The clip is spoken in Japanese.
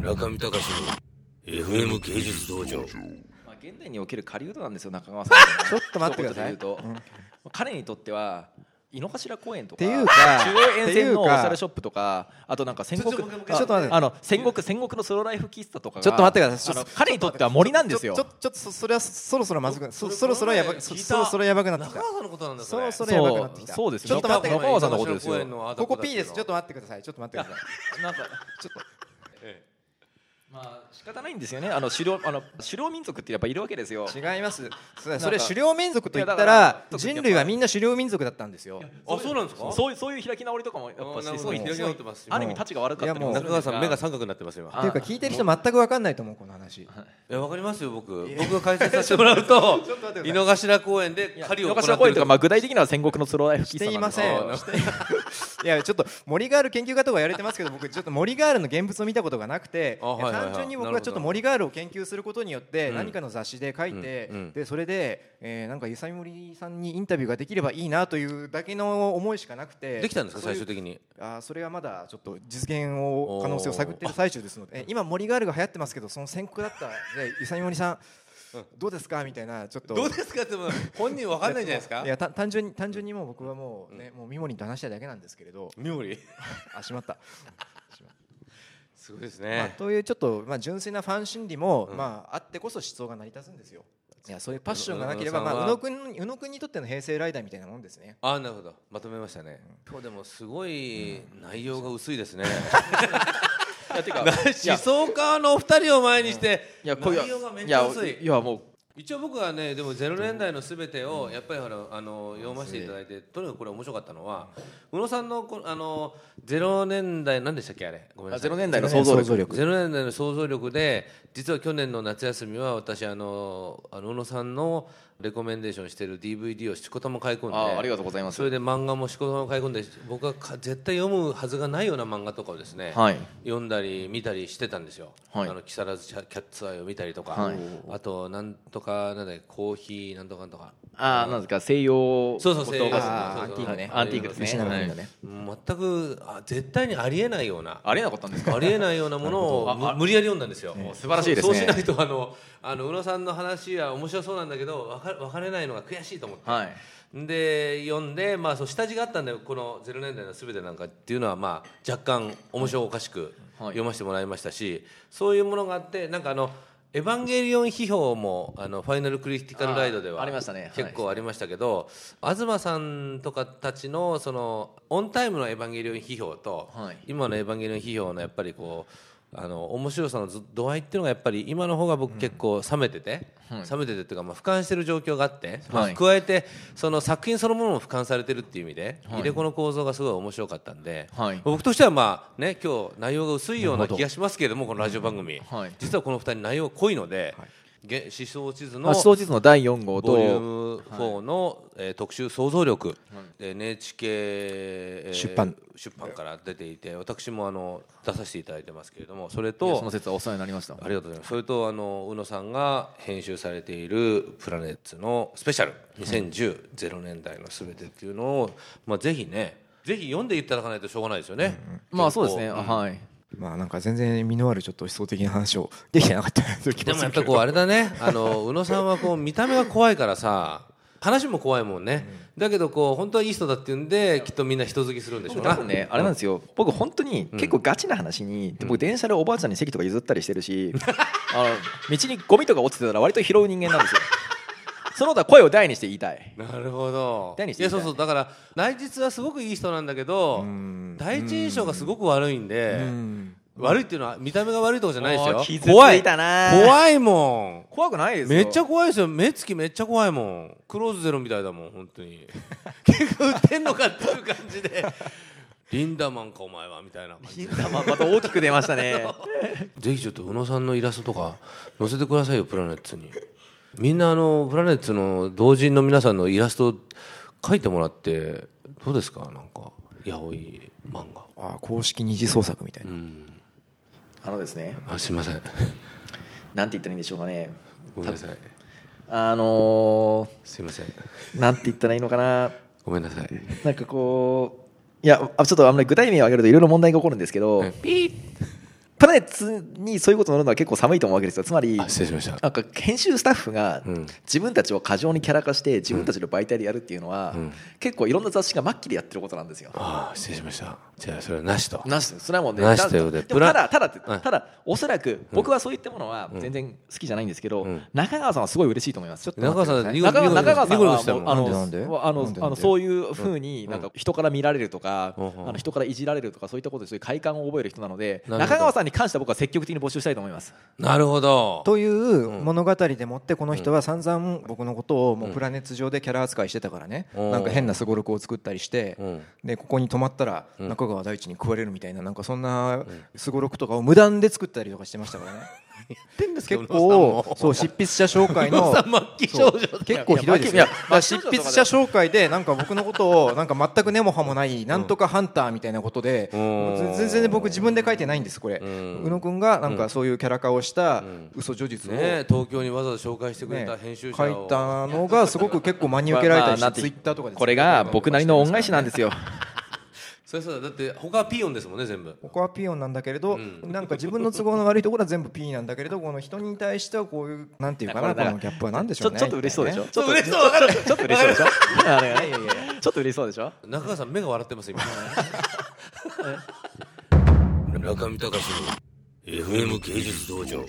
中見隆の FM 芸術道場まあ、現代における狩人なんですよ中川さんは ちょっと待ってください一言で言うと彼にとっては井の頭公園とてかいうか中央沿線のオシャレショップとかあとなんか戦国ちょっと待ってあちょっと待ってあの戦国戦国のソロライフ喫茶とかがちょっと待ってくださいあの彼にとっては森なんですよちょちょちょっとそそれはそそろそろまずくなそそれそろそろやばこの前そ聞いたそろそろやばくなってき中た川さんのことなんだそそろれそろやばくなってきたそうそうですちょっと待って中川さんのことですよここ P ですちょっと待ってくださいちょっと待ってくださいなんかちょっとまあ仕方ないんですよねあの狩猟あの狩猟民族ってやっぱいるわけですよ違いますそんかそれ狩猟民族と言ったいやだらから人類はみんな狩猟民族だったんですよあそうなんですかそういうそういう開き直りとかもやっぱしてすごいあなるほど開き直ってますよある意味たちが悪かったりもする中ですが川さん目が三角になってますよっていうか聞いてる人全く分かんないと思うこの話いやわかりますよ僕僕が解説させて もらうと井の頭公園で狩りを井の行って頭公園るとか、まあ、具体的には戦国のスローライフし喫茶ていなんまですせけんどして いやちょっと森ガール研究家とかやれてますけど僕ちょっと森ガールの現物を見たことがなくてあはいはいはい単純に僕なはるほどちょっと森ガールを研究することによってうん何かの雑誌で書いて、うんうんでそれで、えーなんかゆさみもりさんにインタビューができればいいなというだけの思いしかなくてできたんですかそうい最う終的にあーそれはまだちょっと実現を可能性を探っている最中ですのでえ今森ガールが流行ってますけどその戦国だったでゆさみもりさんどうですかみたいなちょっとどうですかっても本人わかんないんじゃないです かいやた単純に単純にもう僕はもうね、もうミモリンと話したいだけなんですけれど、妙理 あしま った、すごいですまあ、ねというちょっと、まあ、純粋なファン心理も、うんまあ、あってこそ思想が成り立つんですよいやそういうパッションがなけれうば、んまあ、宇宇野野君宇野君にとっての平成ライダーみたいなもんですねあなるほどまとめましたね今日でもすごい内容が薄いですねいやてかい 思や想家のお二人を前にしていやこういう内容がめっちゃ薄いいやもう一応僕はねでもゼロ年代のすべてをやっぱりほらあの読ませていただいてとにかくこれ面白かったのは宇野さんのこあのゼロ年代何でしたっけあれごめんなあゼさいロ年代の想像力ゼロ年代の想像力で実は去年の夏休みは私あのあの宇野さんのレコメンデーションしてる DVD をしこたま買い込んであーありがとうございますそれで漫画もしこたま買い込んで僕はか絶対読むはずがないような漫画とかをですね、はい読んだり見たりしてたんですよ、はいあの木更津キャキャッツアイを見たりとか、はいあとなんとかなんだっけコーヒーなんとかなんとかあーなんですか西洋そうそう西洋言あ葉ーアンティークねアンティークですねはいうん全くあ絶対にありえないようなありえなかったんですかありえないようなものをむ無理やり読んだんですよ、素晴らしいですねそうそうしないとあのあの宇野さんの話は面白そうなんだけど分か分かれないのが悔しいと思って、はいで読んで、まあ、そう下地があったんでこの「ゼロ年代のすべて」なんかっていうのは、まあ、若干面白おかしくはい読ませてもらいましたし、そういうものがあってなんかあの「エヴァンゲリオン」批評もあのファイナルクリティカルライドではあありましたねはい結構ありましたけど、東さんとかたちのそのオンタイムの「エヴァンゲリオン」批評と、はい今の「エヴァンゲリオン」批評のやっぱりこうあの面白さのず度合いっていうのがやっぱり今の方が僕結構冷めてて、冷めててっていうかまあ俯瞰してる状況があって、まあはい加えてその作品そのものも俯瞰されてるっていう意味で、はい入れ子の構造がすごい面白かったんで、はい僕としてはまあね今日内容が薄いような気がしますけれどもこのラジオ番組、はい実はこの二人内容が濃いので、げ思想地図のまあ思想地図の第4号ボリューとム4の、えー特集想像力、で NHK、えー出版出版から出ていて私もあの出させていただいてますけれどもそいれやとその説はお世話になりましたありがとうございます。それとあの宇野さんが編集されているプラネッツのスペシャル2010ゼロ年代のすべてっていうのをまあぜひねぜひ読んでいただかないとしょうがないですよね。まあそうですねんはいまあなんか全然身のあるちょっと思想的な話をできてなかったでもやっぱりこうあれだねあの 宇野さんはこう見た目が怖いからさ。話も怖いもんね、だけどこう本当はいい人だっていうんできっとみんな人好きするんでしょう多な分ねあれなんですよ僕本当に結構ガチな話に、僕電車でおばあちゃんに席とか譲ったりしてる しあの道にゴミとか落ちてたら割と拾う人間なんです よその他声を大にして言いたいなるほど何しいていやきたそいうそうだから内実はすごくいい人なんだけど第一印象がすごく悪いんで悪いっていうのは見た目が悪いとかじゃないあーです傷つよ怖いいたな怖いも怖くないでんすよめっちゃ怖いですよ目つきめっちゃ怖いもんクローズゼロみたいだもん本当に 結構売ってんのかっていう感じで リンダマンかお前はみたいな感じ でまあまた大きく出ました ねぜひちょっと宇野さんのイラストとか載せてくださいよプラネッツにみんなあのプラネッツの同人の皆さんのイラスト描いてもらってどうですかなんか八百い漫画あ公式二次創作みたいな、あのですねあすいませんなんて言ったらいいんでしょうかね ごめんなさいあのすいませんーなんて言ったらいいのかなごめんなさいなんかこういやあちょっとあんまり具体名を挙げるといろいろ問題が起こるんですけど、はいピープラネッツにそういうことを乗るのは結構寒いと思うわけですよつまりあ失礼しましたなんか編集スタッフがうん自分たちを過剰にキャラ化して自分たちの媒体でやるっていうのはん結構いろんな雑誌が末期でやってることなんですよ。ああ失礼しましたじゃあそれはなしとなしですそれはもうねなしだよででもプラただただうんただおそらく僕はそういったものは全然好きじゃないんですけどうん中川さんはすごい嬉しいと思います。ちょっと中川さんニコニ中コ川中川さんニコニコはしてたもうもんあのなんでなんであのなんであのそういうふうになんか人から見られるとか、うんうんあの人からいじられるとかそういったことでそういう快感を覚える人なのでなるほど中川さんに関しては僕は積極的に募集したいと思います。なるほどという物語でもってこの人は散々僕のことをもうプラネッツ上でキャラ扱いしてたからねうんなんか変なすごろくを作ったりしてうんでここに泊まったら中川大地に食われるみたいななんかそんなすごろくとかを無断で作ったりとかしてましたからね 結構そう執筆者紹介のそう結構ひどいですよ だから執筆者紹介でなんか僕のことをなんか全く根も葉もないなんとかハンターみたいなことでうんもう全全然僕自分で書いてないんですこれん宇野くんがなんかそういうキャラ化をしたん嘘叙述をねえ東京にわざわざ紹介してくれねた編集者書いをたのがすごく結構真に受 けられたりしまあてまあツイッターとかでこれが僕なりの恩返しなんですよ。それそうだだって他はピーヨンですもんね全部ここはピーヨンなんだけれど、んなんか自分の都合の悪いところは全部ピーなんだけれどこの人に対してはこういうなんていうかこれなこだからのギャップはなんでし ちょょうねちょっと嬉しそうでしょ。みちょっと嬉しそうわかるちょっと嬉しそうでしょ。あれちょっと 嬉しそうでしょ。中川さん目が笑ってます今中見隆の FM 芸術道場